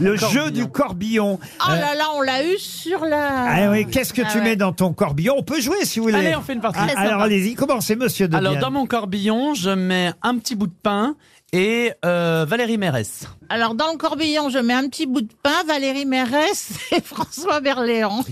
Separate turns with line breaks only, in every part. Le jeu du corbillon.
Oh
Euh.
là là, on l'a eu sur la.
Ah oui, qu'est-ce que
Ah
tu
ouais.
mets dans ton corbillon On peut jouer si vous voulez.
Allez, on fait une partie.
Ah,
Très sympa.
alors allez-y, commencez, monsieur de
Alors,
Bienne.
dans mon corbillon, je mets un petit bout de pain et euh, Valérie Mérès.
Alors, dans le corbillon, je mets un petit bout de pain, Valérie Mérès et François Berléand.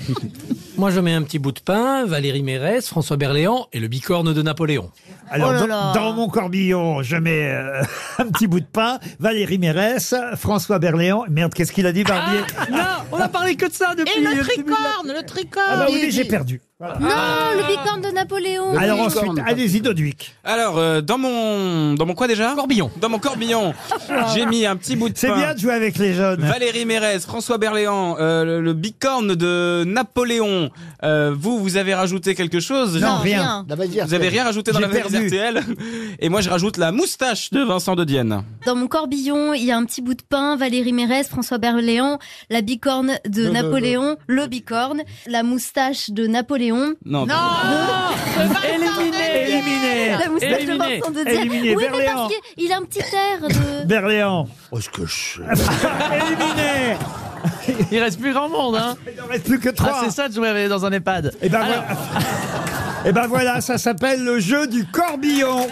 Moi, je mets un petit bout de pain, Valérie Mérès, François Berléand et le bicorne de Napoléon.
Alors,
Oh là
dans-
là.
dans, mon corbillon, je mets euh, un petit bout de pain, Valérie Mérès, François Berléand. Merde, qu'est-ce qu'il a dit, Barbier
Non, on a parlé que de ça Ah, depuis
Et le tricorne, le tricorne.
Ah bah oui, j'ai perdu. Voilà.
Non, le bicorne de Napoléon.
Alors ensuite, allez-y, Dodwick.
Alors, euh, dans mon. Dans mon quoi déjà
Corbillon.
Dans mon corbillon, j'ai mis un petit bout de
C'est
pain.
bien de jouer avec les jeunes.
Valérie Mérès, François Berléand, euh, le, le bicorne de Napoléon. Euh, vous, vous avez rajouté quelque chose
Non, rien.
Vous avez rien rajouté dans
J'ai
la valise
perdu.
RTL. Et moi, je rajoute la moustache de Vincent de Dienne.
Dans mon corbillon, il y a un petit bout de pain, Valérie Mérès, François Berléand, la bicorne de Napoléon, le bicorne, la moustache de Napoléon.
Non.
Non Éliminé
Éliminé
La moustache
éliminé,
de Vincent de
Eh, éliminé,
Dienne. Oui, mais
Berléand.
parce qu'il a un petit air de...
Berléand.
Oh, ce que je...
Éliminé
Il reste plus grand monde, hein.
Il n'en reste plus que
Ah,
trois.
c'est ça de jouer avec- dans un EHPAD.
Eh Et ben voilà. Eh ben voilà, ça s'appelle le jeu du corbillon.